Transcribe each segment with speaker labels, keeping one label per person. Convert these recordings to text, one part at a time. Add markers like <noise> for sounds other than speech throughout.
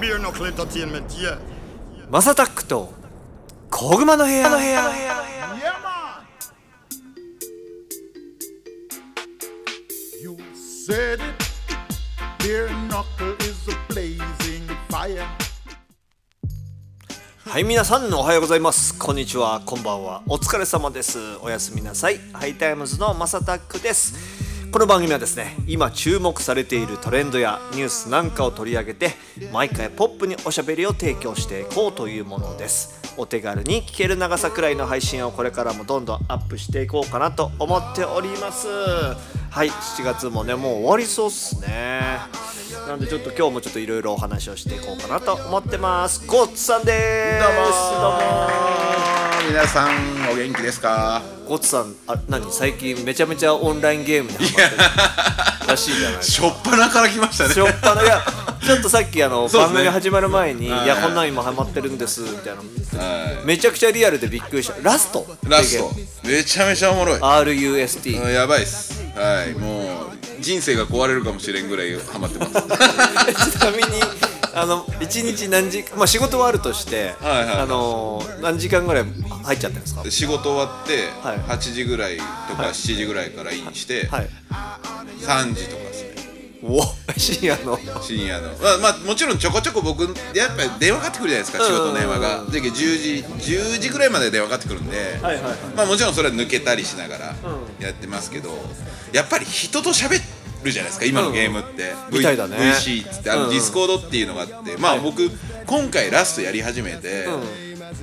Speaker 1: Beer Knuckle Entertainment, yeah.
Speaker 2: マサタックと小熊の部屋の部屋
Speaker 1: Yeah, man.
Speaker 3: You said it. Beer knuckle is a blazing fire.
Speaker 2: はい皆さんおはようございますこんにちはこんばんはお疲れ様ですおやすみなさいハイタイムズのマサタックですこの番組はですね今注目されているトレンドやニュースなんかを取り上げて毎回ポップにおしゃべりを提供していこうというものですお手軽に聞ける長さくらいの配信をこれからもどんどんアップしていこうかなと思っておりますはい7月もねもう終わりそうっすねなんでちょっと今日もちょっといろいろお話をしていこうかなと思ってます。ゴッツさんで
Speaker 3: どうも
Speaker 2: す。どうも
Speaker 3: 皆さんお元気ですか
Speaker 2: ゴッツさん、あ、何最近めちゃめちゃオンラインゲームにハマってるらしいじゃないです
Speaker 3: しょっぱなから来ました
Speaker 2: か。し
Speaker 3: ね
Speaker 2: ょっぱな、いや、ちょっとさっきあの、
Speaker 3: そうですね
Speaker 2: 番組始まる前に、い
Speaker 3: はい
Speaker 2: や、こんなん今ハマってるんですみたいな。
Speaker 3: は
Speaker 2: めちゃくちゃリアルでびっくりした。ラスト。
Speaker 3: いラストめちゃめちゃおもろい
Speaker 2: R. U. S. T.。
Speaker 3: うんやばいっすはいもう人生が壊れるかもしれんぐらいハマってます
Speaker 2: <laughs> ちなみにあの一日何時、まあ仕事はあるとして、
Speaker 3: はいはい
Speaker 2: あの何時間ぐらい入っちゃってるんですか。
Speaker 3: 仕事終わって
Speaker 2: はい
Speaker 3: 8時ぐらいとか7時ぐらいからインして
Speaker 2: はい。
Speaker 3: 3時とかですね
Speaker 2: お深夜の
Speaker 3: 深夜のまあ、まあ、もちろんちょこちょこ僕やっぱり電話かかってくるじゃないですか仕事の電話がで10時10時ぐらいまで電話かかってくるんで、
Speaker 2: はいはいはい
Speaker 3: まあ、もちろんそれは抜けたりしながらやってますけど、やっぱり人と喋るじゃないですか今のゲームって、
Speaker 2: みたいだね
Speaker 3: VC っつってあ
Speaker 2: う
Speaker 3: の
Speaker 2: ん
Speaker 3: ディスコードっていうのがあって、まあ僕今回ラストやり始めて、デ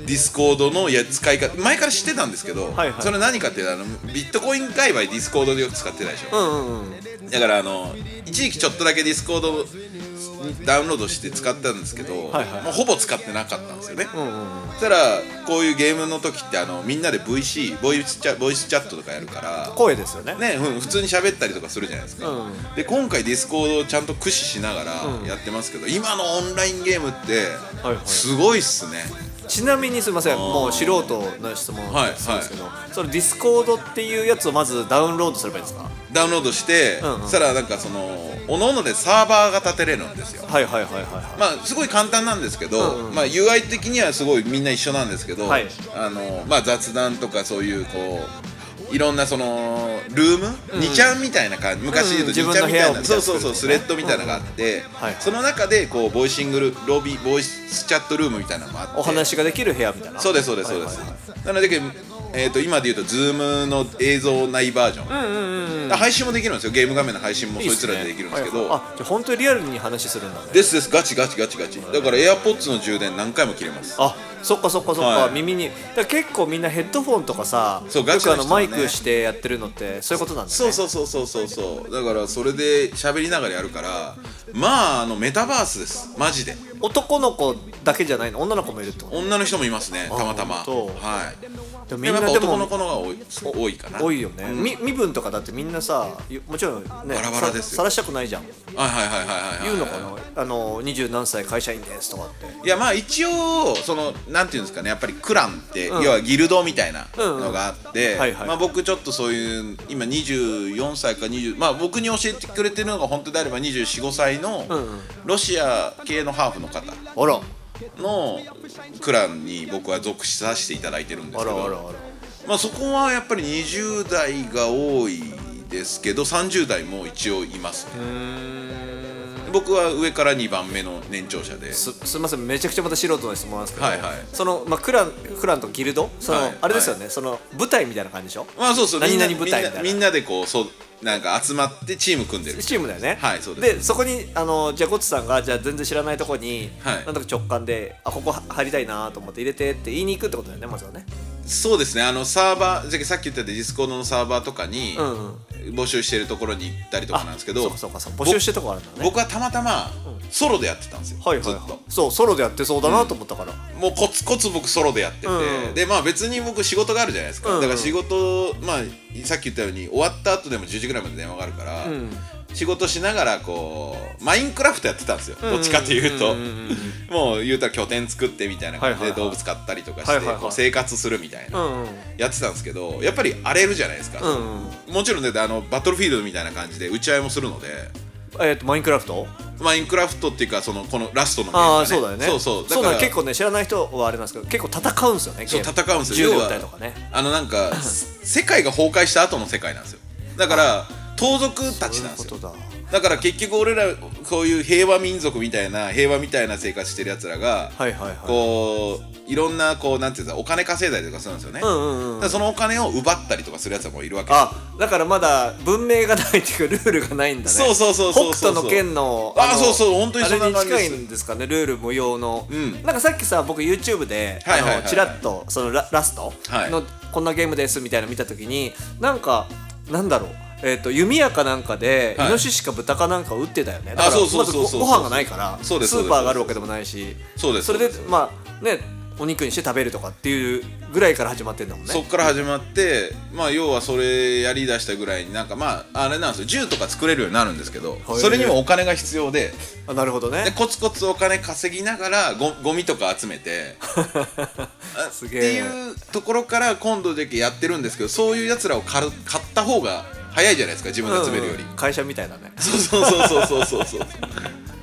Speaker 3: ィスコードのや使い方前から知ってたんですけど、
Speaker 2: はいはい
Speaker 3: それ何かっていうとあのビットコイン界隈ディスコードでよく使ってたでしょ、
Speaker 2: うんうんうん
Speaker 3: だからあの一時期ちょっとだけディスコードにダウンロードして使ったんですけど、
Speaker 2: はいはい
Speaker 3: もうほぼ使ってなかったんですよね、
Speaker 2: うんうん
Speaker 3: そしたらこういうゲームの時ってあのみんなで VC ボイスチャボイスチャットとかやるから
Speaker 2: 声ですよね
Speaker 3: ね、うん普通に喋ったりとかするじゃないですか、
Speaker 2: うん
Speaker 3: で今回ディスコードをちゃんと駆使しながらやってますけど、今のオンラインゲームって
Speaker 2: はいはい
Speaker 3: すごいっすね、
Speaker 2: ちなみにすみません
Speaker 3: ー
Speaker 2: もう素人の質問
Speaker 3: はい
Speaker 2: なんですけど、そのディスコードっていうやつをまずダウンロードすればいいんですか
Speaker 3: ダウンロードして、
Speaker 2: うんうん
Speaker 3: そしたらなんかそのおののでサーバーが立てれるんですよ
Speaker 2: はいはいはいはいはい
Speaker 3: まあ、すごい簡単なんですけど、
Speaker 2: うんうん
Speaker 3: まあ、UI 的にはすごいみんな一緒なんですけど、
Speaker 2: はい
Speaker 3: あのまあ、雑談とかそういうこういろんなそのルーム、二ちゃんみたいな感じ昔で言うと
Speaker 2: うん
Speaker 3: 2ちゃんみた
Speaker 2: 自分の部屋
Speaker 3: いな、
Speaker 2: を
Speaker 3: そうそうそうス
Speaker 2: 作
Speaker 3: レ
Speaker 2: る
Speaker 3: ッドみたいなのがあって、
Speaker 2: はい
Speaker 3: その中でこうボイシングルロビーボイスチャットルームみたいなのもあって
Speaker 2: お話ができる部屋みたいな
Speaker 3: そうですそうですそうです、
Speaker 2: はいはい
Speaker 3: なので、えー、と今で言うと Zoom の映像ないバージョン、配信もできるんですよゲーム画面の配信も
Speaker 2: はい
Speaker 3: そいつらでできるんですけど
Speaker 2: はいはいあじゃあ本当にリアルに話するんだね
Speaker 3: ですですガチガチガチガチだから AirPods の充電何回も切れます
Speaker 2: あそっかそっかそっか、
Speaker 3: はい
Speaker 2: 耳にだから結構みんなヘッドフォンとかさ
Speaker 3: そうガ
Speaker 2: よ
Speaker 3: チな
Speaker 2: くあ
Speaker 3: 人はね
Speaker 2: のマイクしてやってるのってそういうことなんだね
Speaker 3: そうそうそうそうそうそうだからそれで喋りながらやるからまああのメタバースですマジで
Speaker 2: 男の子だけじゃないの女の子もいるってこと
Speaker 3: 女の人もいますねたまたま
Speaker 2: 本当
Speaker 3: はい
Speaker 2: でもみ
Speaker 3: みん
Speaker 2: ん
Speaker 3: な
Speaker 2: なで
Speaker 3: でもやっぱ
Speaker 2: も
Speaker 3: 男の子の方が多い多いかな
Speaker 2: 多いよね、
Speaker 3: うん
Speaker 2: み身分とかだってみんなさよもちろんね
Speaker 3: バラバラですよ
Speaker 2: さらしたくないじゃん
Speaker 3: はいはいはいはいはい
Speaker 2: 言うのかな、あの二十何歳会社員ですとかって
Speaker 3: いやまあ一応そのなんていうんですかねやっぱりクランって、
Speaker 2: ん
Speaker 3: 要はギルドみたいな
Speaker 2: うんうん
Speaker 3: のがあって、
Speaker 2: はいはい
Speaker 3: まあ、僕ちょっとそういう今24歳か20まあ僕に教えてくれてるのが本当であれば245歳の
Speaker 2: んうん
Speaker 3: ロシア系のハーフの方
Speaker 2: あら
Speaker 3: のクランに僕は属しさせていただいてるんです
Speaker 2: あ
Speaker 3: け
Speaker 2: ら
Speaker 3: ど
Speaker 2: あらあら
Speaker 3: まあ、そこはやっぱり20代が多いですけど30代も一応いますね、僕は上から2番目の年長者です
Speaker 2: すみませんめちゃくちゃまた素人の質問なんですけど、
Speaker 3: はいはい
Speaker 2: その、まあ、クランクランとギルドその、
Speaker 3: はい
Speaker 2: あれですよね、その舞台みたいな感じでしょ
Speaker 3: まあそうそうみ
Speaker 2: 何
Speaker 3: んな
Speaker 2: 々
Speaker 3: みん
Speaker 2: 舞台みたいな
Speaker 3: なみんなでこうそうなんか集まってチーム組んでる
Speaker 2: チームだよね
Speaker 3: はいそうです
Speaker 2: でそこにあのじゃあゴッツさんがじゃあ全然知らないとこに、
Speaker 3: はい
Speaker 2: なんとか直感であここは入りたいなと思って入れてって言いに行くってことだよねまずはね
Speaker 3: そうですねあのサーバーじゃあさっき言ったディスコードのサーバーとかに
Speaker 2: うんうん
Speaker 3: 募集してるところに行ったりとかなんですけど、
Speaker 2: そうかそうかそう募集してるとこあるんだね
Speaker 3: 僕はたまたまソロでやってたんですよ、
Speaker 2: はいはい
Speaker 3: ずっ
Speaker 2: は
Speaker 3: と
Speaker 2: いそうソロでやってそうだなと思ったから、
Speaker 3: もうコツコツ僕ソロでやってて、
Speaker 2: うん
Speaker 3: でまあ別に僕仕事があるじゃないですか、
Speaker 2: うんうん
Speaker 3: だから仕事まあさっき言ったように終わった後でも10時ぐらいまで電話があるから、
Speaker 2: ん
Speaker 3: 仕事しながらこうマインクラフトやってたんですよ、どっちかというと、
Speaker 2: うんうんうんうん
Speaker 3: もう言うたら拠点作ってみたいな感じ
Speaker 2: はい
Speaker 3: で
Speaker 2: はいはい
Speaker 3: 動物飼ったりとかして、
Speaker 2: はいはいはい
Speaker 3: こう生活するみたいな、
Speaker 2: うんうん
Speaker 3: やってたんですけどやっぱり荒れるじゃないですか、
Speaker 2: うんうん
Speaker 3: もちろんねあのバトルフィールドみたいな感じで打ち合いもするので
Speaker 2: えっ、とマインクラフト
Speaker 3: マインクラフトっていうかそのこのラストの面が、
Speaker 2: ああそうだよね
Speaker 3: そうそう
Speaker 2: そうだ結構ね知らない人はあれなんですけど結構戦うんですよね
Speaker 3: そう
Speaker 2: ゲーム
Speaker 3: 戦うんですよ
Speaker 2: 銃
Speaker 3: 要
Speaker 2: で撃
Speaker 3: は
Speaker 2: ったりとかね
Speaker 3: あのなんか世界が崩壊した後の世界なんですよだから盗賊たちなんです
Speaker 2: そういうこと
Speaker 3: よ
Speaker 2: だ
Speaker 3: だから結局俺らこういう平和民族みたいな平和みたいな生活してるやつらが、
Speaker 2: はいはいはい
Speaker 3: こういろんなこうなんていうんですかお金稼いだりとかするんですよね、
Speaker 2: うんうんうん
Speaker 3: だからそのお金を奪ったりとかするやつらもいるわけですよ
Speaker 2: あだからまだ文明がないっていうかルールがないんだね
Speaker 3: そうそうそうそうそう
Speaker 2: 北斗の剣のの
Speaker 3: あそうそう本当にそんな感じです
Speaker 2: あれに近いんですかねルール無用の、
Speaker 3: うん
Speaker 2: なんかさっきさ僕 YouTube で
Speaker 3: はいはいはいはい
Speaker 2: あのチラッとそのララスト
Speaker 3: はい
Speaker 2: の、こんなゲームですみたいなの見た時になんかなんだろうえー、と弓矢かなんかで、
Speaker 3: はい
Speaker 2: イノシシか豚かなんかを撃ってたよねだから
Speaker 3: あそうそうそう
Speaker 2: まず
Speaker 3: そう
Speaker 2: ごご飯がないから
Speaker 3: そうです
Speaker 2: スーパーがあるわけでもないし
Speaker 3: そうです
Speaker 2: それ
Speaker 3: そう
Speaker 2: で
Speaker 3: です
Speaker 2: まあねお肉にして食べるとかっていうぐらいから始まってんだもんね
Speaker 3: そっから始まって、まあ、要はそれやりだしたぐらいになんかまああれなんですよ銃とか作れるようになるんですけど
Speaker 2: はい
Speaker 3: それにもお金が必要で
Speaker 2: あなるほどね
Speaker 3: でコツコツお金稼ぎながらごゴミとか集めてあ
Speaker 2: す
Speaker 3: って
Speaker 2: げえ
Speaker 3: いうところから今度でやってるんですけどそういうやつらを買う買った方が早いじゃないですか自分で集めるより、
Speaker 2: うんうん会社みたいだね
Speaker 3: そうそうそうそうそうそうそうっ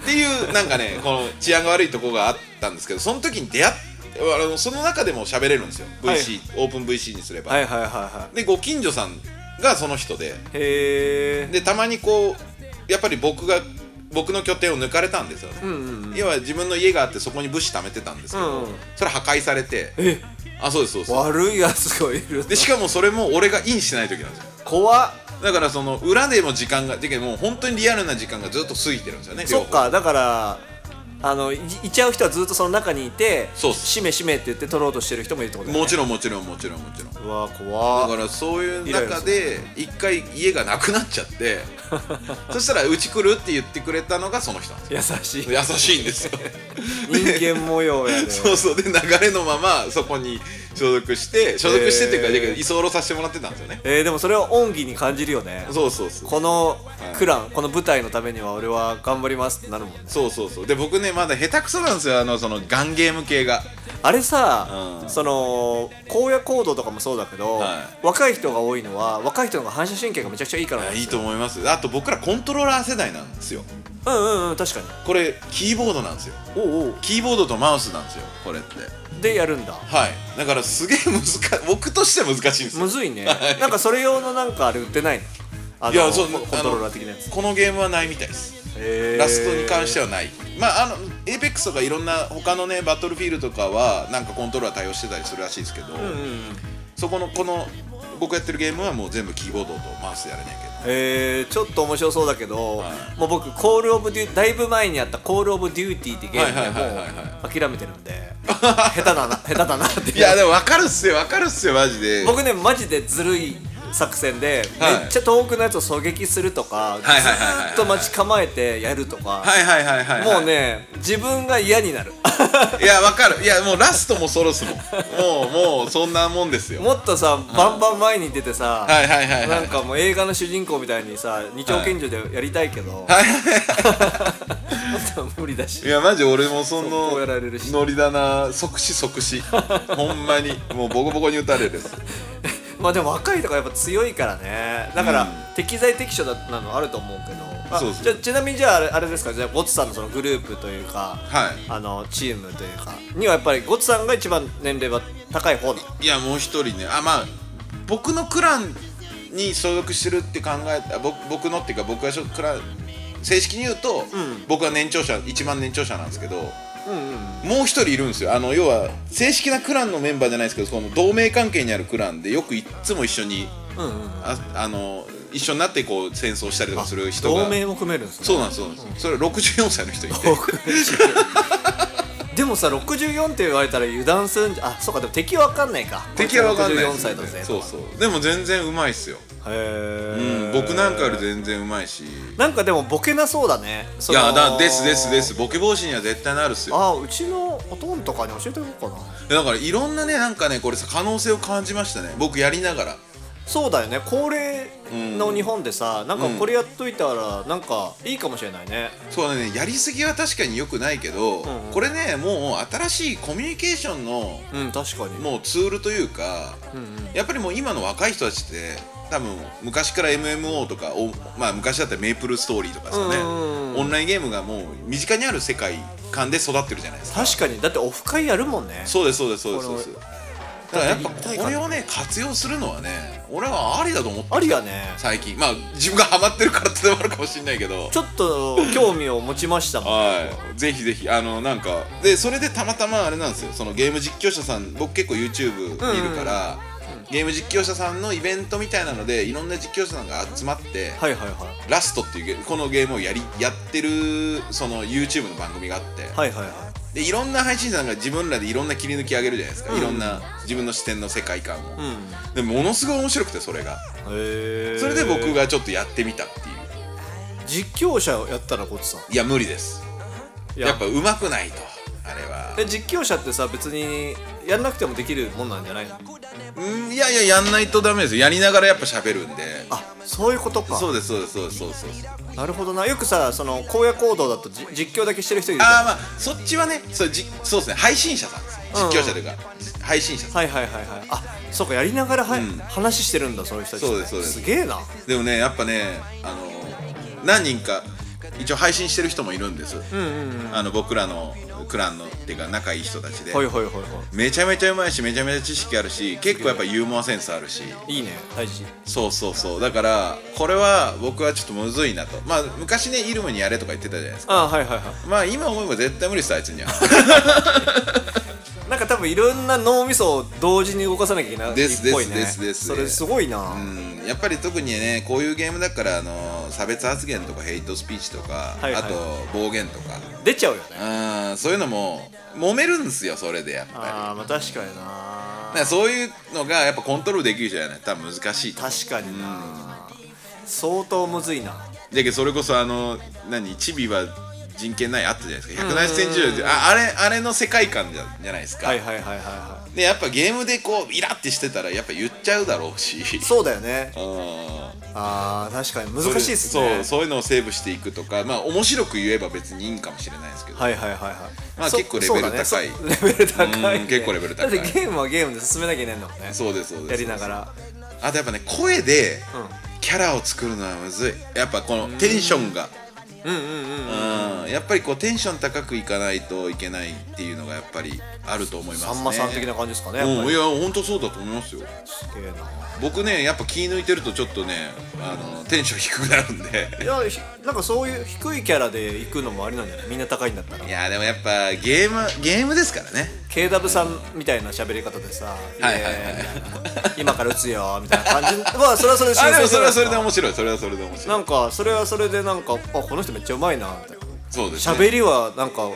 Speaker 3: ていうなんかねこの治安が悪いとこがあったんですけどその時に出会っあのその中でも喋れるんですよ VC、オープン VC にすれば、
Speaker 2: はいはいはいは
Speaker 3: でご近所さんがその人
Speaker 2: い
Speaker 3: で
Speaker 2: へえ
Speaker 3: でたまにこうやっぱり僕が僕の拠点を抜かれたんですよね、
Speaker 2: うんうん
Speaker 3: 要は自分の家があってそこに物資貯めてたんですけど、
Speaker 2: うん
Speaker 3: それ破壊されて
Speaker 2: え
Speaker 3: あそうですそうです
Speaker 2: 悪いやつがいる
Speaker 3: でしかもそれも俺がインしてない時なんですよ
Speaker 2: 怖っ
Speaker 3: だからその裏でも時間がでけどもう本当にリアルな時間がずっと過ぎてるんですよね
Speaker 2: そ
Speaker 3: 両
Speaker 2: っ
Speaker 3: 方
Speaker 2: かだからあのいいちゃう人はずっとその中にいて
Speaker 3: そうっす
Speaker 2: しめしめって言って取ろうとしてる人もいるってことだよ
Speaker 3: も
Speaker 2: ね
Speaker 3: ちろんもちろんもちろんもちろん
Speaker 2: うわ
Speaker 3: だ
Speaker 2: 怖
Speaker 3: か
Speaker 2: っ
Speaker 3: らそういう
Speaker 2: イライラ
Speaker 3: 中
Speaker 2: す
Speaker 3: で一回家がなくなっちゃって <laughs> そしたらうち来るって言ってくれたのがその人なんですよ
Speaker 2: 優しい
Speaker 3: 優しいんです <laughs> よ
Speaker 2: 人間模様やね
Speaker 3: <laughs> そうそうで流れのままそこに所属して所属してっていうか、
Speaker 2: えー
Speaker 3: だけど居候させてもらってたんですよね
Speaker 2: えーでもそれを恩義に感じるよね
Speaker 3: そうそうそう
Speaker 2: この
Speaker 3: い
Speaker 2: クラン、この舞台のためには俺は頑張りますってなるもんね
Speaker 3: そうそうそうで僕ねまだ下手くそなんですよあのそのガンゲーム系が
Speaker 2: あれさ、
Speaker 3: うん
Speaker 2: その荒野行動とかもそうだけど、
Speaker 3: は
Speaker 2: 若い人が多いのは若い人の方が反射神経がめちゃくちゃいいからなんで
Speaker 3: いい
Speaker 2: す
Speaker 3: と
Speaker 2: よ
Speaker 3: 思いますあと僕らコントローラー世代なんですよ
Speaker 2: うんうんうん確かに
Speaker 3: これキーボードなんですよ
Speaker 2: おうおう
Speaker 3: キーボードとマウスなんですよこれって
Speaker 2: でやるんだ
Speaker 3: はいだからすげえ難し <laughs> 僕としては難しいんですよ
Speaker 2: むずいね
Speaker 3: はい
Speaker 2: なんかそれ用のなんかあれ売ってないのあの
Speaker 3: いやそう
Speaker 2: コントローラー的なやつ
Speaker 3: このゲームはないみたいです
Speaker 2: へー
Speaker 3: ラストに関してはないまああのエイペックスとかいろんな他のねバトルフィールドとかはなんかコントローラー対応してたりするらしいですけど、
Speaker 2: うんうんうん
Speaker 3: そこのこの僕やってるゲームはもう全部キーボードとマウスでやれないけど
Speaker 2: えー、ちょっと面白そうだけど、
Speaker 3: はい
Speaker 2: もう僕コールオブデュだいぶ前にあったコールオブデューティーってゲームで
Speaker 3: はいはいはいはい
Speaker 2: もう諦めてるんで <laughs> 下手だな下手だなっていう
Speaker 3: いやでも分かるっすよ分かるっすよマジで
Speaker 2: 僕ねマジでずるい作戦で、
Speaker 3: はい
Speaker 2: めっちゃ遠くのやつを狙撃するとか、
Speaker 3: はいはいはいはいはい
Speaker 2: ずーっと待ち構えてやるとか、
Speaker 3: はいはいはいはい、はい、
Speaker 2: もうね自分が嫌になる <laughs>
Speaker 3: いや分かるいやもうラストもそろっすもんもうもうそんなもんですよ
Speaker 2: もっとさバンバン前に出てさ、
Speaker 3: はいはいはいはい
Speaker 2: なんかもう映画の主人公みたいにさ二丁拳銃でやりたいけど、
Speaker 3: はい
Speaker 2: <laughs> もっと無理だし
Speaker 3: いやマジ俺もそ
Speaker 2: そう
Speaker 3: の
Speaker 2: こうやられるし
Speaker 3: ノリだな即死即死 <laughs> ほんまにもうボコボコに打たれるです
Speaker 2: まあでも若いとかやっぱ強いからねだから、
Speaker 3: うん
Speaker 2: 適材適所だなのあると思うけどあ
Speaker 3: そうそう
Speaker 2: じゃあちなみにじゃああれあれですかじゃあゴツさんのそのグループというか、
Speaker 3: はい
Speaker 2: あのチームというかにはやっぱりゴツさんが一番年齢は高い方なの
Speaker 3: いやもう一人ねあまあ僕のクランに所属してるって考えた僕僕のっていうか僕が所属クラン正式に言うと、
Speaker 2: ん
Speaker 3: 僕は年長者一番年長者なんですけど
Speaker 2: うんうん
Speaker 3: もう一人いるんですよあの要は正式なクランのメンバーじゃないですけどその同盟関係にあるクランでよくいっつも一緒に
Speaker 2: うんうん
Speaker 3: ああの一緒になってこう戦争したりとかする人が
Speaker 2: 同盟も組めるんですね
Speaker 3: そうなんですそうなんです、それ64歳の人いて
Speaker 2: <laughs> でもさ64って言われたら油断するんじゃあそうかでも敵は分かんないか
Speaker 3: 敵は分かんない
Speaker 2: 64
Speaker 3: ですよ
Speaker 2: 歳
Speaker 3: ね
Speaker 2: だぜ
Speaker 3: そうそうでも全然うまいっすよ、
Speaker 2: へ
Speaker 3: うん
Speaker 2: え、
Speaker 3: 僕なんかより全然うまいし
Speaker 2: なんかでもボケなそうだね
Speaker 3: い
Speaker 2: その
Speaker 3: やだですですですボケ防止には絶対なるっすよ
Speaker 2: あうちのおとんとかに教えておこうかな
Speaker 3: だからいろんなねなんかねこれさ可能性を感じましたね僕やりながら
Speaker 2: そうだよね高齢の日本でさ、なんかこれやっといたらなんかいいかもしれないね、
Speaker 3: そうだねやりすぎは確かによくないけど、
Speaker 2: んうん
Speaker 3: これねもう新しいコミュニケーションの
Speaker 2: うん、確かに
Speaker 3: もうツールというか、
Speaker 2: うんうん
Speaker 3: やっぱりもう今の若い人たちって多分昔から MMO とかをまあ昔だったらメイプルストーリーとかですかね、
Speaker 2: うんうんうん
Speaker 3: オンラインゲームがもう身近にある世界観で育ってるじゃないですか
Speaker 2: 確かにだってオフ会やるもんね
Speaker 3: そうですそうですそうですそうです
Speaker 2: こ
Speaker 3: だからやっぱ
Speaker 2: だって一体感
Speaker 3: これをね活用するのはね俺はありだと思って
Speaker 2: ありやね
Speaker 3: 最近まあ自分がハマってるからってのもあるかもしれないけど
Speaker 2: ちょっと興味を持ちましたもん
Speaker 3: はい、ぜひぜひあのなんかでそれでたまたまあれなんですよそのゲーム実況者さん僕結構 YouTube 見るから、ゲーム実況者さんのイベントみたいなのでいろんな実況者さんが集まって、
Speaker 2: はいはいはい
Speaker 3: ラストっていうゲームこのゲームをやりやってるその YouTube の番組があって、
Speaker 2: はいはいはい
Speaker 3: でいろんな配信者さんが自分らでいろんな切り抜き上げるじゃないですか、
Speaker 2: うん
Speaker 3: いろんな自分の視点の世界観を、
Speaker 2: うん
Speaker 3: でものすごい面白くてそれが
Speaker 2: へえ
Speaker 3: それで僕がちょっとやってみたっていう
Speaker 2: 実況者をやったらこっちさん
Speaker 3: いや無理です
Speaker 2: や
Speaker 3: やっぱ上手くないとあれは
Speaker 2: で実況者ってさ別にやんなくてもできるもんなんじゃないの
Speaker 3: うんいやいややんないとダメですよやりながらやっぱ喋るんで
Speaker 2: あそういうことか
Speaker 3: そうですそうですそうですそうですそうです
Speaker 2: なるほどなよくさその荒野行動だとじ実況だけしてる人いるじゃ
Speaker 3: あ
Speaker 2: ん
Speaker 3: あまあそっちはねそうじそうですね配信者さんです実況者というか、じ配信者さ
Speaker 2: は
Speaker 3: ん
Speaker 2: いはいはいはいあそうかやりながらは、
Speaker 3: うん
Speaker 2: 話してるんだそういう人たちって
Speaker 3: そうですそうです
Speaker 2: すげえな
Speaker 3: でもねやっぱねあの何人か一応配信してる人もいるんです、あの僕らのクランのっていうか仲いい人たちで、
Speaker 2: ほいほいほいほ
Speaker 3: めちゃめちゃうまいしめちゃめちゃ知識あるし結構やっぱユーモアセンスあるし
Speaker 2: いいいね大事
Speaker 3: そうそうそうだからこれは僕はちょっとむずいなとまあ昔ねイルムにやれとか言ってたじゃないですか
Speaker 2: あはいはいは
Speaker 3: まあ今思えば絶対無理ですあいつには
Speaker 2: いなんか多分いろんな脳みそを同時に動かさなきゃいけない
Speaker 3: です
Speaker 2: っぽいね
Speaker 3: ですですです
Speaker 2: それすごいな、
Speaker 3: うんやっぱり特にねこういうゲームだからあの差別発言とかヘイトスピーチとか、
Speaker 2: はいはい
Speaker 3: あと暴言とか
Speaker 2: 出ちゃうよね
Speaker 3: うんそういうのも揉めるんですよそれでやっぱり
Speaker 2: あーまあ確かにな
Speaker 3: だからそういうのがやっぱコントロールできるじゃない多分難しいと
Speaker 2: 確かにな相当むずいな
Speaker 3: だけどそれこそあの何チビは人権ないあったじゃないですか170センチ以上でああれあれの世界観じゃじゃないですか、
Speaker 2: はいはいはいはいは
Speaker 3: でやっぱゲームでこうイラってしてたらやっぱ言っちゃうだろうし
Speaker 2: いそうだよね
Speaker 3: うん
Speaker 2: あー確かに難しいっす
Speaker 3: そう
Speaker 2: ね
Speaker 3: そういうのをセーブしていくとかまあ面白く言えば別にいいんかもしれないですけど、
Speaker 2: はいはいはいはい
Speaker 3: まあ
Speaker 2: そ
Speaker 3: 結構レベル高い
Speaker 2: そうだねそうレベル高い、
Speaker 3: う
Speaker 2: ね、
Speaker 3: ん結構レベル高い
Speaker 2: だってゲームはゲームで進めなきゃいけないんだもんね
Speaker 3: そうですそうです
Speaker 2: やりながら
Speaker 3: あとやっぱね声で
Speaker 2: う
Speaker 3: キャラを作るのはむずいやっぱこのテンションが
Speaker 2: んうんうんうん
Speaker 3: うんやっぱりこうテンション高くいかないといけないっていうのがやっぱりあると思いますね
Speaker 2: さんまさん的な感じですかねやっぱ
Speaker 3: うん、い
Speaker 2: り
Speaker 3: や本当そうだと思いますよ
Speaker 2: すげえな
Speaker 3: 僕ねやっぱ気抜いてるとちょっとねあのテンション低くなるんで <laughs>
Speaker 2: いやひなんかそういう低いキャラで行くのもありなんじゃないみんな高いんだったら
Speaker 3: いやでもやっぱゲームゲームですからね
Speaker 2: KW さんみたいな喋り方でさ「
Speaker 3: はいはいはい
Speaker 2: イエーイみたいな今から打つよ」みたいな感じまあそれはそれで新
Speaker 3: あで
Speaker 2: 鮮
Speaker 3: もそれはそれで
Speaker 2: な
Speaker 3: 面白いそれはそれで面白い
Speaker 2: なんかそれはそれでなんかあこの人めっちゃうまいなみたいな
Speaker 3: そうです、ね、
Speaker 2: 喋りはなんか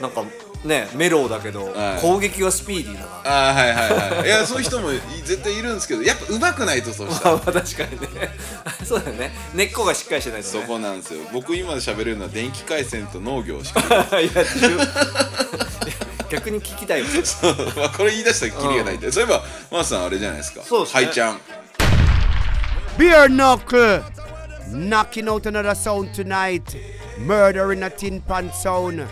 Speaker 2: なんかねメロウだけど、
Speaker 3: はい
Speaker 2: 攻撃はスピーディーだな <laughs>
Speaker 3: あーはいはいはいいやそういう人もい絶対いるんですけどやっぱ上手くないとそうした
Speaker 2: まあ <laughs>
Speaker 3: ら
Speaker 2: まあ確かにねそうだよね根っこがしっかりしてないと
Speaker 3: そ
Speaker 2: ね
Speaker 3: こなんですよ僕今喋れるのは電気回線と農業しか
Speaker 2: <laughs> いや十分 <laughs> いや逆に聞きたいわ
Speaker 3: そう <laughs> まあこれ言い出したらキリがないんで、そういえばマースさんあれじゃないですか
Speaker 2: そうですね
Speaker 3: ハイちゃん
Speaker 4: Beer knuckle. Knocking out another sound tonight. Murdering a tin pan sound.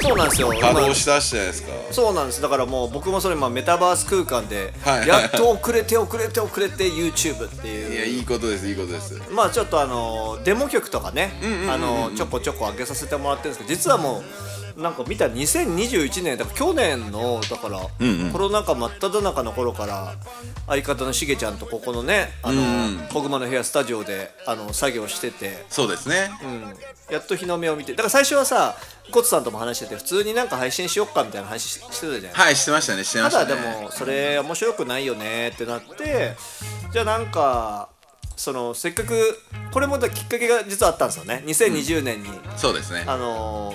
Speaker 2: そうなんですよ
Speaker 3: 稼働しだしたじゃないですか
Speaker 2: そうなんですだからもう僕もそれまあメタバース空間で、
Speaker 3: はい
Speaker 2: やっと遅れて遅れて遅れて YouTube って
Speaker 3: いや
Speaker 2: いう
Speaker 3: いいことですいいことです
Speaker 2: まあちょっとあのデモ曲とかねあのちょこちょこ上げさせてもらってるんですけど実はもうなんか見た2021年だから去年のだから、コロナ禍真っ只中の頃から相方のしげちゃんとここのねあの、小熊の部屋スタジオであの作業してて。
Speaker 3: そうですね、
Speaker 2: うんやっと日の目を見てだから最初はさコツさんとも話してて普通になんか配信しよっかみたいな話ししてたじゃないですか
Speaker 3: はいしてましたねしてま
Speaker 2: た
Speaker 3: した
Speaker 2: だ
Speaker 3: ね
Speaker 2: でもそれ面白くないよねってなってじゃあなんかそのせっかくこれもだきっかけが実はあったんですよね2020年に、
Speaker 3: そうですね
Speaker 2: あの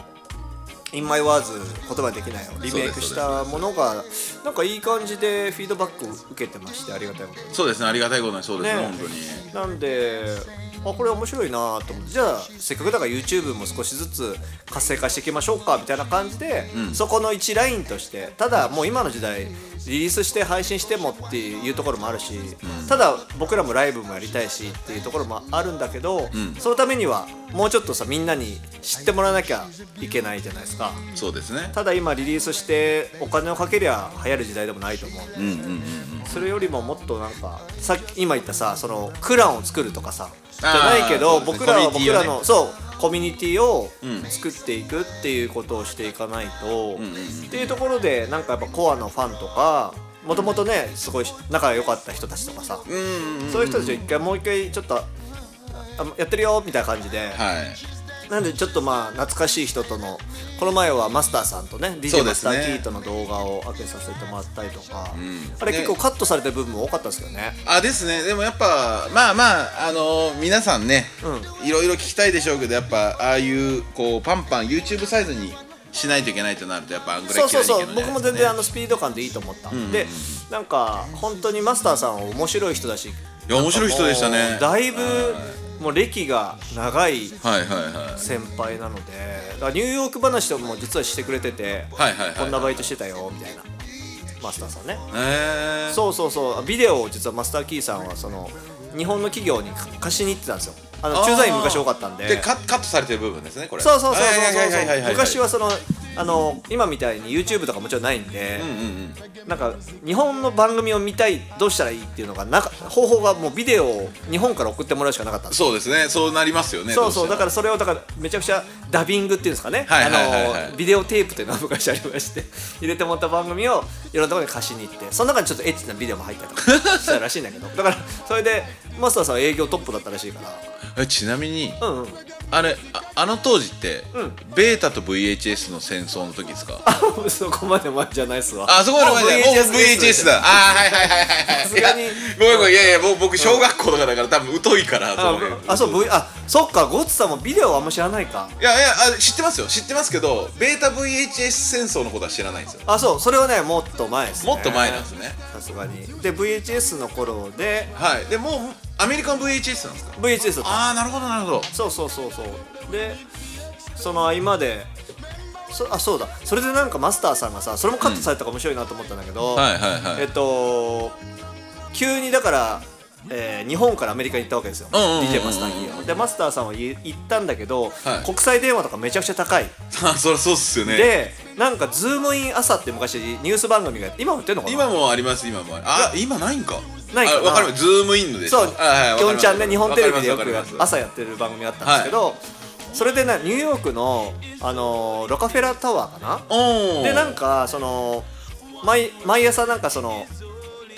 Speaker 2: ー「In My Words 言葉できない」をリメイクしたものがなんかいい感じでフィードバックを受けてましてありがたいことに
Speaker 3: そうですねありがたいことにそうですね
Speaker 2: ね
Speaker 3: 本当に
Speaker 2: なんであこれ面白いなと思ってじゃあせっかくだから YouTube も少しずつ活性化していきましょうかみたいな感じで、そこの一ラインとしてただもう今の時代リリースして配信してもっていうところもあるし、ただ僕らもライブもやりたいしっていうところもあるんだけど、そのためにはもうちょっとさみんなに知ってもらわなきゃいけないじゃないですか。
Speaker 3: そうですね
Speaker 2: ただ今リリースしてお金をかけりゃ流行る時代でもないと思うんで、それよりももっとなんかさっき今言ったさそのクランを作るとかさじゃないけど、
Speaker 3: そう
Speaker 2: 僕
Speaker 3: ですね
Speaker 2: らは
Speaker 3: コミュ
Speaker 2: 僕
Speaker 3: ニティをね
Speaker 2: らの、そうコミュニティを作っていくっていうことをしていかないと、
Speaker 3: んうん
Speaker 2: っていうところでなんかやっぱコアのファンとかもともとねすごい仲が良かった人たちとかさ、
Speaker 3: うんうんうん
Speaker 2: そういう人たちを一回もう一回ちょっとあやってるよみたいな感じで、
Speaker 3: はい
Speaker 2: なんでちょっとまあ懐かしい人とのこの前はマスターさんとね DJ
Speaker 3: そう
Speaker 2: マ
Speaker 3: で
Speaker 2: ス
Speaker 3: す
Speaker 2: タ
Speaker 3: ね
Speaker 2: ーキーとの動画を上げさせてもらったりとか、
Speaker 3: ん
Speaker 2: あれ
Speaker 3: ね
Speaker 2: 結構カットされてる部分も多かったですよね
Speaker 3: あですねでもやっぱまあまああの皆さんね、いろいろ聞きたいでしょうけどやっぱああいうこうパンパン YouTube サイズにしないといけないとなるとやっぱあんぐら
Speaker 2: そ
Speaker 3: いう
Speaker 2: そうそう
Speaker 3: 切らなきゃいけ
Speaker 2: 僕
Speaker 3: ない
Speaker 2: も
Speaker 3: ですね
Speaker 2: 全然あのスピード感でいいと思った、でなんか本当にマスターさんは面白い人だしい
Speaker 3: や面白い人でしたね
Speaker 2: だいぶ
Speaker 3: は
Speaker 2: もう歴が長い
Speaker 3: はいはいはい
Speaker 2: 先輩なのでだからニューヨーク話とかも実はしてくれてて、
Speaker 3: はいはいはい
Speaker 2: こんなバイトしてたよみたいなマスターさんね
Speaker 3: へえ
Speaker 2: そうそうそうビデオを実はマスターキーさんはその日本の企業に貸しに行ってたんですよあの駐在員昔多かったんで
Speaker 3: でカカットされてる部分ですねこれ
Speaker 2: そうそうそうそうそう
Speaker 3: はいはいい
Speaker 2: そう
Speaker 3: いい
Speaker 2: 昔はそのあの今みたいに YouTube とかもちろんないんで
Speaker 3: うん、うん
Speaker 2: なんか日本の番組を見たいどうしたらいいっていうのがなか方法がもうビデオを日本から送ってもらうしかなかったん
Speaker 3: うん
Speaker 2: です
Speaker 3: そうですねそうなりますよね
Speaker 2: そうそうだ
Speaker 3: どしても
Speaker 2: からそれをだからめちゃくちゃダビングっていうんですかね、
Speaker 3: はいはいはいはい
Speaker 2: あのビデオテープというのが昔ありまして
Speaker 3: <laughs>
Speaker 2: 入れてもらった番組をいろんなところに貸しに行ってその中にちょっとエッチなビデオも入ったりとか
Speaker 3: <laughs>
Speaker 2: してたらしいんだけどだからそれでマスターさんは営業トップだったらしいか
Speaker 3: えちなみに
Speaker 2: らうんうん
Speaker 3: あれああの当時って、
Speaker 2: ん
Speaker 3: ベータと VHS の戦争の時ですか <laughs>
Speaker 2: あそこまで前じゃないっすわ
Speaker 3: あそこまで前だよ。もう VHS だ。あーはいはいはいはい。
Speaker 2: さすがに
Speaker 3: いやごめんごめん。いやいや、僕僕小学校とかだから多分疎いから。
Speaker 2: あ
Speaker 3: の辺
Speaker 2: あそう V あそっかゴッツさんもビデオはあんま知らないか
Speaker 3: いやいやあ、知ってますよ。知ってますけど、ベータ VHS 戦争のことは知らないんですよ。
Speaker 2: あそうそれはねもっと前です、ね、
Speaker 3: もっと前なんですね。
Speaker 2: さすがにで VHS の頃で
Speaker 3: はい。でもうアメリカン VHS なんですか。
Speaker 2: VHS だった
Speaker 3: ああ、なるほどなるほど。
Speaker 2: そうそうそうそうでその合間でそあそうだそれでなんかマスターさんがさそれもカットされたから面白いなと思ったんだけど、
Speaker 3: はいはいはい
Speaker 2: えっと急にだから、えー日本からアメリカに行ったわけですよ、
Speaker 3: うんうんうんうん
Speaker 2: DJ マスターにでマスターさんは行ったんだけど、
Speaker 3: はい
Speaker 2: 国際電話とかめちゃくちゃ高い、
Speaker 3: <laughs> あそりゃそうっすよね。
Speaker 2: でなんかズームイン朝って昔ニュース番組が今もやってんのかな
Speaker 3: 今もあります今もある。あ、今ないんか。
Speaker 2: ないかな
Speaker 3: あわかる。ズームインのでし
Speaker 2: そ
Speaker 3: ょ。
Speaker 2: う、
Speaker 3: あはい
Speaker 2: きょんちゃんね、日本テレビでよ
Speaker 3: わか
Speaker 2: く
Speaker 3: りますわかります
Speaker 2: 朝やってる番組あったんですけど、それでね、ニューヨークの、あのーロカフェラタワーか
Speaker 3: お
Speaker 2: な
Speaker 3: お。
Speaker 2: で、なんか、その、毎毎朝なんかその、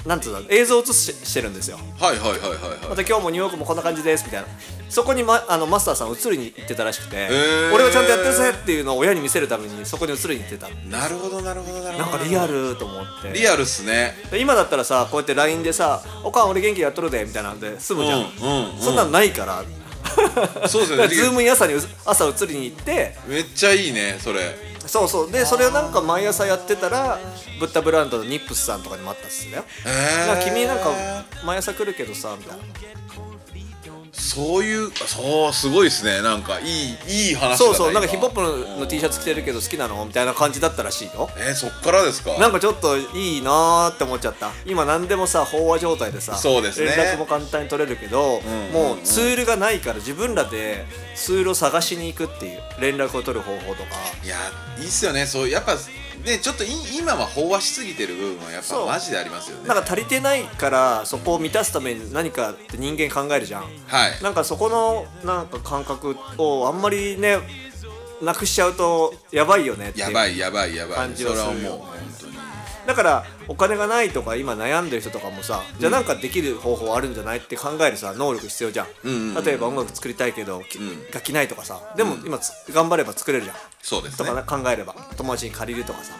Speaker 2: なんつうの、映像映ししてるんですよ。
Speaker 3: はいはいはいはいはい
Speaker 2: ま。た今日もニューヨークもこんな感じですみたいな。そこに、ま、あのマスターさん映りに行ってたらしくて、
Speaker 3: ー
Speaker 2: 俺はちゃんとやってるぜっていうのを親に見せるためにそこに映りに行ってた。
Speaker 3: なるほどなるほどなる
Speaker 2: なん
Speaker 3: ほ
Speaker 2: か
Speaker 3: ど
Speaker 2: リアルと思って。
Speaker 3: リアルっすね
Speaker 2: で今だったらさこうやって LINE でさ「おかん俺元気でやっとるで」みたいなんで済むじゃん、
Speaker 3: うんうん
Speaker 2: そんなんないから
Speaker 3: そうです
Speaker 2: だ
Speaker 3: よ
Speaker 2: か <laughs>
Speaker 3: ね
Speaker 2: らズームに朝に朝移りに行って
Speaker 3: めっちゃいいねそれ
Speaker 2: そうそうでそれをなんか毎朝やってたらブッダブランドのニップスさんとかにもあったっすね
Speaker 3: へー
Speaker 2: なんか君なんか毎朝来るけどさみたいな
Speaker 3: そういうそうすごいですねなんかいいいい話だね
Speaker 2: そうそうなんか
Speaker 3: 今
Speaker 2: ヒップホップのの T シャツ着てるけど好きなのみたいな感じだったらしいよ
Speaker 3: えーそっからですか
Speaker 2: なんかちょっといいなーって思っちゃった今何でもさ飽和状態でさ
Speaker 3: そうですね
Speaker 2: 連絡も簡単に取れるけど、
Speaker 3: んうん
Speaker 2: もうツールがないから自分らでツールを探しに行くっていう連絡を取る方法とか
Speaker 3: いやいいっすよねそうやっぱねちょっとい今は飽和しすぎてる部分はやっ
Speaker 2: そう
Speaker 3: ぱマジでありますよね
Speaker 2: なんか足りてないからそこを満たすために何かって人間考えるじゃん
Speaker 3: はい
Speaker 2: なんかそこのなんか感覚をあんまりねなくしちゃうとやばいよねっていう
Speaker 3: やばいやばいやば
Speaker 2: 感
Speaker 3: い
Speaker 2: じ
Speaker 3: そ
Speaker 2: は
Speaker 3: れは
Speaker 2: す
Speaker 3: もう
Speaker 2: るよ
Speaker 3: 本当に
Speaker 2: だからお金がないとか今悩んでる人とかもさじゃあなんかできる方法あるんじゃないって考えるさ能力必要じゃん,、
Speaker 3: んうんうん
Speaker 2: 例えば音楽作りたいけど、き
Speaker 3: ん
Speaker 2: 楽器ないとかさでも今つ頑張れば作れるじゃん
Speaker 3: そうです
Speaker 2: と
Speaker 3: ね
Speaker 2: か
Speaker 3: は
Speaker 2: ない考えれば友達に借りるとかさ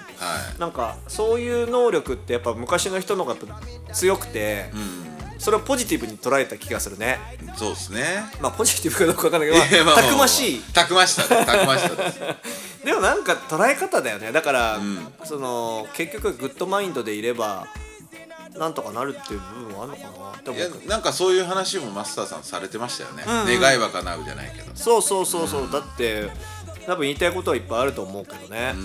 Speaker 2: なんかそういう能力ってやっぱ昔の人の方がやっぱ強くて、それをポジティブに捉えた気がするね
Speaker 3: そうですね
Speaker 2: まあポジティブかどうかわかんないけど、
Speaker 3: <laughs> いやまあまあまあ
Speaker 2: たくましい
Speaker 3: たくましさですたくましさです
Speaker 2: でもなんか捉え方だよねだから、その結局グッドマインドでいればなんとかなるっていう部分はあるのかなって
Speaker 3: い
Speaker 2: 思
Speaker 3: や
Speaker 2: うけど
Speaker 3: なんかそういう話もマスターさんされてましたよね、
Speaker 2: んうん
Speaker 3: 願いは叶うじゃないけど
Speaker 2: そうそうそうそうだって多分言いたいことはいっぱいあると思うけどね、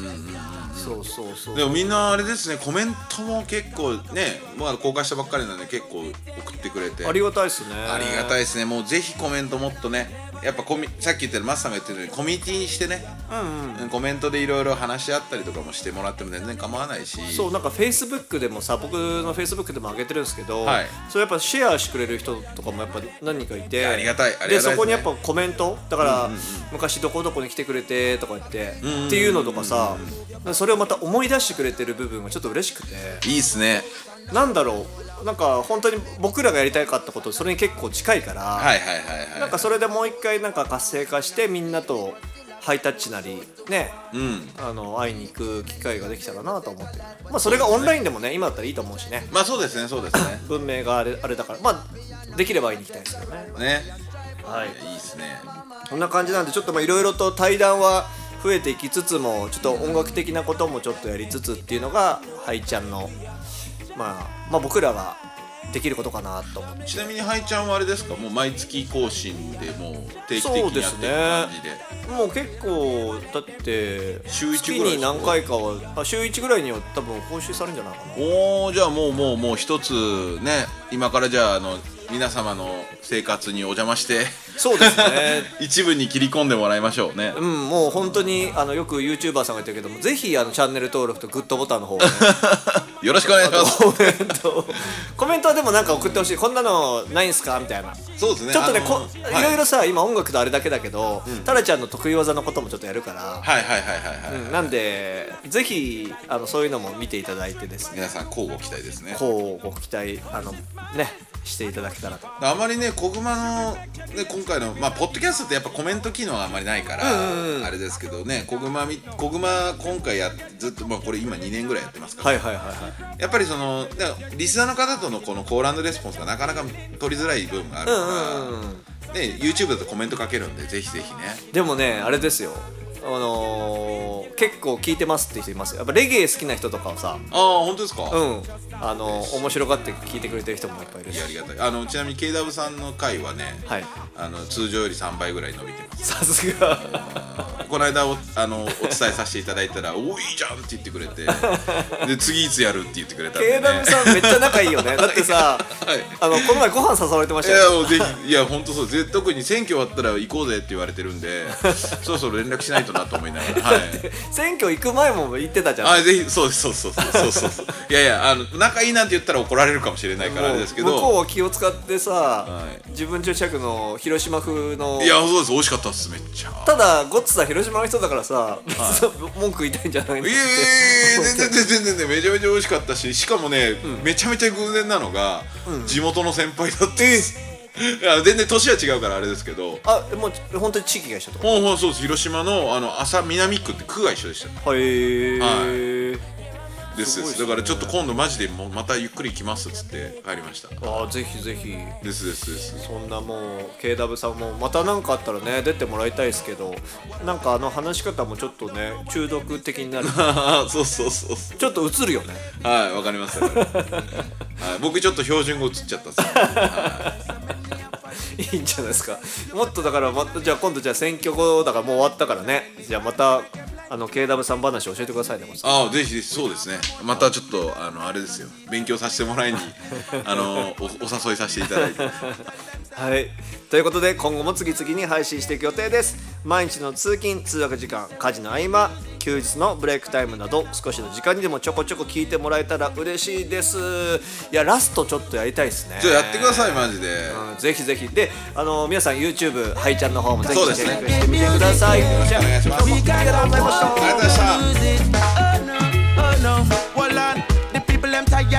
Speaker 2: そうそうそう
Speaker 3: でもみんなあれですねコメントも結構ねまだ公開したばっかりなんで結構送ってくれて
Speaker 2: ありがたいですね
Speaker 3: ありがたい
Speaker 2: い
Speaker 3: ですねもうぜひコメントもっとねやっぱコミさっき言ってるマスさんが言ってるようにコミュニティにしてね、うんコメントでいろいろ話し合ったりとかもしてもらっても全然構わないし
Speaker 2: そうなんかフェイスブックでもさ僕のフェイスブックでも上げてるんですけど、
Speaker 3: はい
Speaker 2: それやっぱシェアしてくれる人とかもやっぱ何人かいて
Speaker 3: やありがたいありがたい
Speaker 2: で
Speaker 3: ですね
Speaker 2: そこにやっぱコメントだから、昔どこどこに来てくれてとか言って、っていうのとかさ、それをまた思い出してくれてる部分がちょっと嬉しくて
Speaker 3: いいっすね
Speaker 2: なんだろうなんか本当に僕らがやりたかったことそれに結構近いから、
Speaker 3: はいはいはいはい
Speaker 2: なんかそれでもう一回なんか活性化してみんなとハイタッチなりね
Speaker 3: うん
Speaker 2: あの会いに行く機会ができたらなと思ってるまあそれがオンラインでもね今だったらいいと思うしね
Speaker 3: まあそうですねそうですね
Speaker 2: 文明があれあれだからまあできれば会いに行きたいですけどね
Speaker 3: ね
Speaker 2: はい
Speaker 3: いいっすね
Speaker 2: こんな感じなんでちょっとまあいろいろと対談は増えていきつつもちょっと音楽的なこともちょっとやりつつっていうのがハイちゃんの、まあ、まあ僕らができることかなと思って
Speaker 3: ちなみにハイちゃんはあれですかもう毎月更新でもう定期的
Speaker 2: そうで
Speaker 3: にやっ
Speaker 2: す
Speaker 3: て
Speaker 2: ね
Speaker 3: る感じで
Speaker 2: もう結構だって
Speaker 3: 週一
Speaker 2: 月
Speaker 3: ぐらい
Speaker 2: に何回かはあ週1ぐらいには多分報酬されるんじゃないかな
Speaker 3: おおじゃあもうもうもう一つね今からじゃああの皆様の生活にお邪魔して <laughs>
Speaker 2: そうですね
Speaker 3: 一部に切り込んでもらいましょうね
Speaker 2: うん、もう本当にあのよく YouTuber さんが言ってるけどもぜひあのチャンネル登録とグッドボタンの <laughs> 方をね
Speaker 3: よろしくお願いします
Speaker 2: コメントをコメントはでもなんか送ってほしいこんなのないんすかみたいなち
Speaker 3: そうですね
Speaker 2: ょっとね
Speaker 3: あの
Speaker 2: こ
Speaker 3: はい
Speaker 2: ろいろさ今音楽とあれだけだけど、タラちゃんの得意技のこともちょっとやるから、
Speaker 3: はいはいはいはいはい、
Speaker 2: うんなんでぜひあのそういうのも見ていただいてですね
Speaker 3: 皆さん交互期待ですね
Speaker 2: こうご期待あのねしていただけたらと
Speaker 3: あまりね小熊の、ね、今回のまあポッドキャストってやっぱコメント機能があんまりないから、あれですけどね小熊み小熊今回やずっとまあこれ今2年ぐらいやってますか
Speaker 2: は
Speaker 3: ら、
Speaker 2: いはいはいはい
Speaker 3: やっぱりそのだからリスナーの方とのこのコーランドレスポンスがなかなか取りづらい部分があるから、
Speaker 2: うんうん
Speaker 3: ね YouTube だとコメント書けるんでぜひぜひね
Speaker 2: でもねあれですよあのー結構聞いてますって人いますよやっぱレゲエ好きな人とかはさ
Speaker 3: ああ本当ですか、
Speaker 2: うんあのー面白がって聞いてくれてる人もいっぱいいる
Speaker 3: い
Speaker 2: し
Speaker 3: やありがたいあのちなみに KW さんの回はね、
Speaker 2: はい
Speaker 3: あの通常より3倍ぐらい伸びてます <laughs>
Speaker 2: さすが
Speaker 3: この間おあのお伝えさせていただいたら「お <laughs> いいいじゃん!」って言ってくれてで次いつやるって言ってくれたんで、ね、
Speaker 2: KW さんめっちゃ仲いいよ
Speaker 3: <laughs>
Speaker 2: ねだってさ、
Speaker 3: はい
Speaker 2: あのこの前ご飯誘われてまし
Speaker 3: い
Speaker 2: たよ
Speaker 3: やもうぜひいや本当そうぜ特に選挙終わったら行こうぜって言われてるん
Speaker 2: <laughs>
Speaker 3: でそろそろ連絡しないとなと思いながらはい
Speaker 2: 選挙行く前も言ってたじゃん
Speaker 3: あぜひそうですそうそうそうそうそういやいやあの仲いいなんて言ったら怒られるかもしれないからあれですけ
Speaker 2: もう向こう
Speaker 3: ど
Speaker 2: は気を使ってさ、
Speaker 3: い
Speaker 2: 自分注釈の広島風の
Speaker 3: いやそうです美味しかったっすめっちゃ
Speaker 2: ただゴッツさん広島の人だからさ、 <laughs> 文句言いたいんじゃないの
Speaker 3: いやいやいや全然全然全然めちゃめちゃ美味しかったししかもね、めちゃめちゃ偶然なのが、地元の先輩だって、いや全然年は違うからあれですけど
Speaker 2: あもう本当に地域が一緒ってこと
Speaker 3: ほうほうそうです広島のあの朝南区って区が一緒でした
Speaker 2: はい、
Speaker 3: です
Speaker 2: すごいっす
Speaker 3: だ
Speaker 2: ね
Speaker 3: からちょっと今度マジでもうまたゆっくり来ますっつって帰りました
Speaker 2: ああぜひぜひ
Speaker 3: ですですです
Speaker 2: そんなもう KW さんもまた何かあったらね出てもらいたいですけどなんかあの話し方もちょっとね中毒的になる <laughs>
Speaker 3: そうそうそうそ
Speaker 2: ちょっと映るよね <laughs>
Speaker 3: うはいわかりますわかります <laughs> はい、僕ちょっと標準語映っちゃったっす
Speaker 2: いいんじゃないですかもっとだからまたじゃあ今度じゃあ選挙後だからもう終わったからねじゃあまたあの KW さん話教えてくださいねもう
Speaker 3: ああぜひぜひそうですねまたちょっとあのあれですよ勉強させてもらいにあのおお誘いさせていただいて
Speaker 2: はいということで今後も次々に配信していく予定です毎日の通勤通学時間家事の合間休日のブレイクタイムなど少しの時間にでもちょこちょこ聞いてもらえたら嬉しいですいやラストちょっとやりたいですね
Speaker 3: ちょっとやってくださいマジで
Speaker 2: うんぜひぜひであの皆さん YouTube ハイちゃんの方もぜひ
Speaker 3: そう
Speaker 2: チェ
Speaker 3: です
Speaker 2: ッ
Speaker 3: ね
Speaker 2: クしてみてください
Speaker 3: ろしくお願いします
Speaker 2: じゃあ今日もありがとうございました
Speaker 3: ありがとうございました
Speaker 5: lose it. Oh no, oh no. Hold on, the people them tired.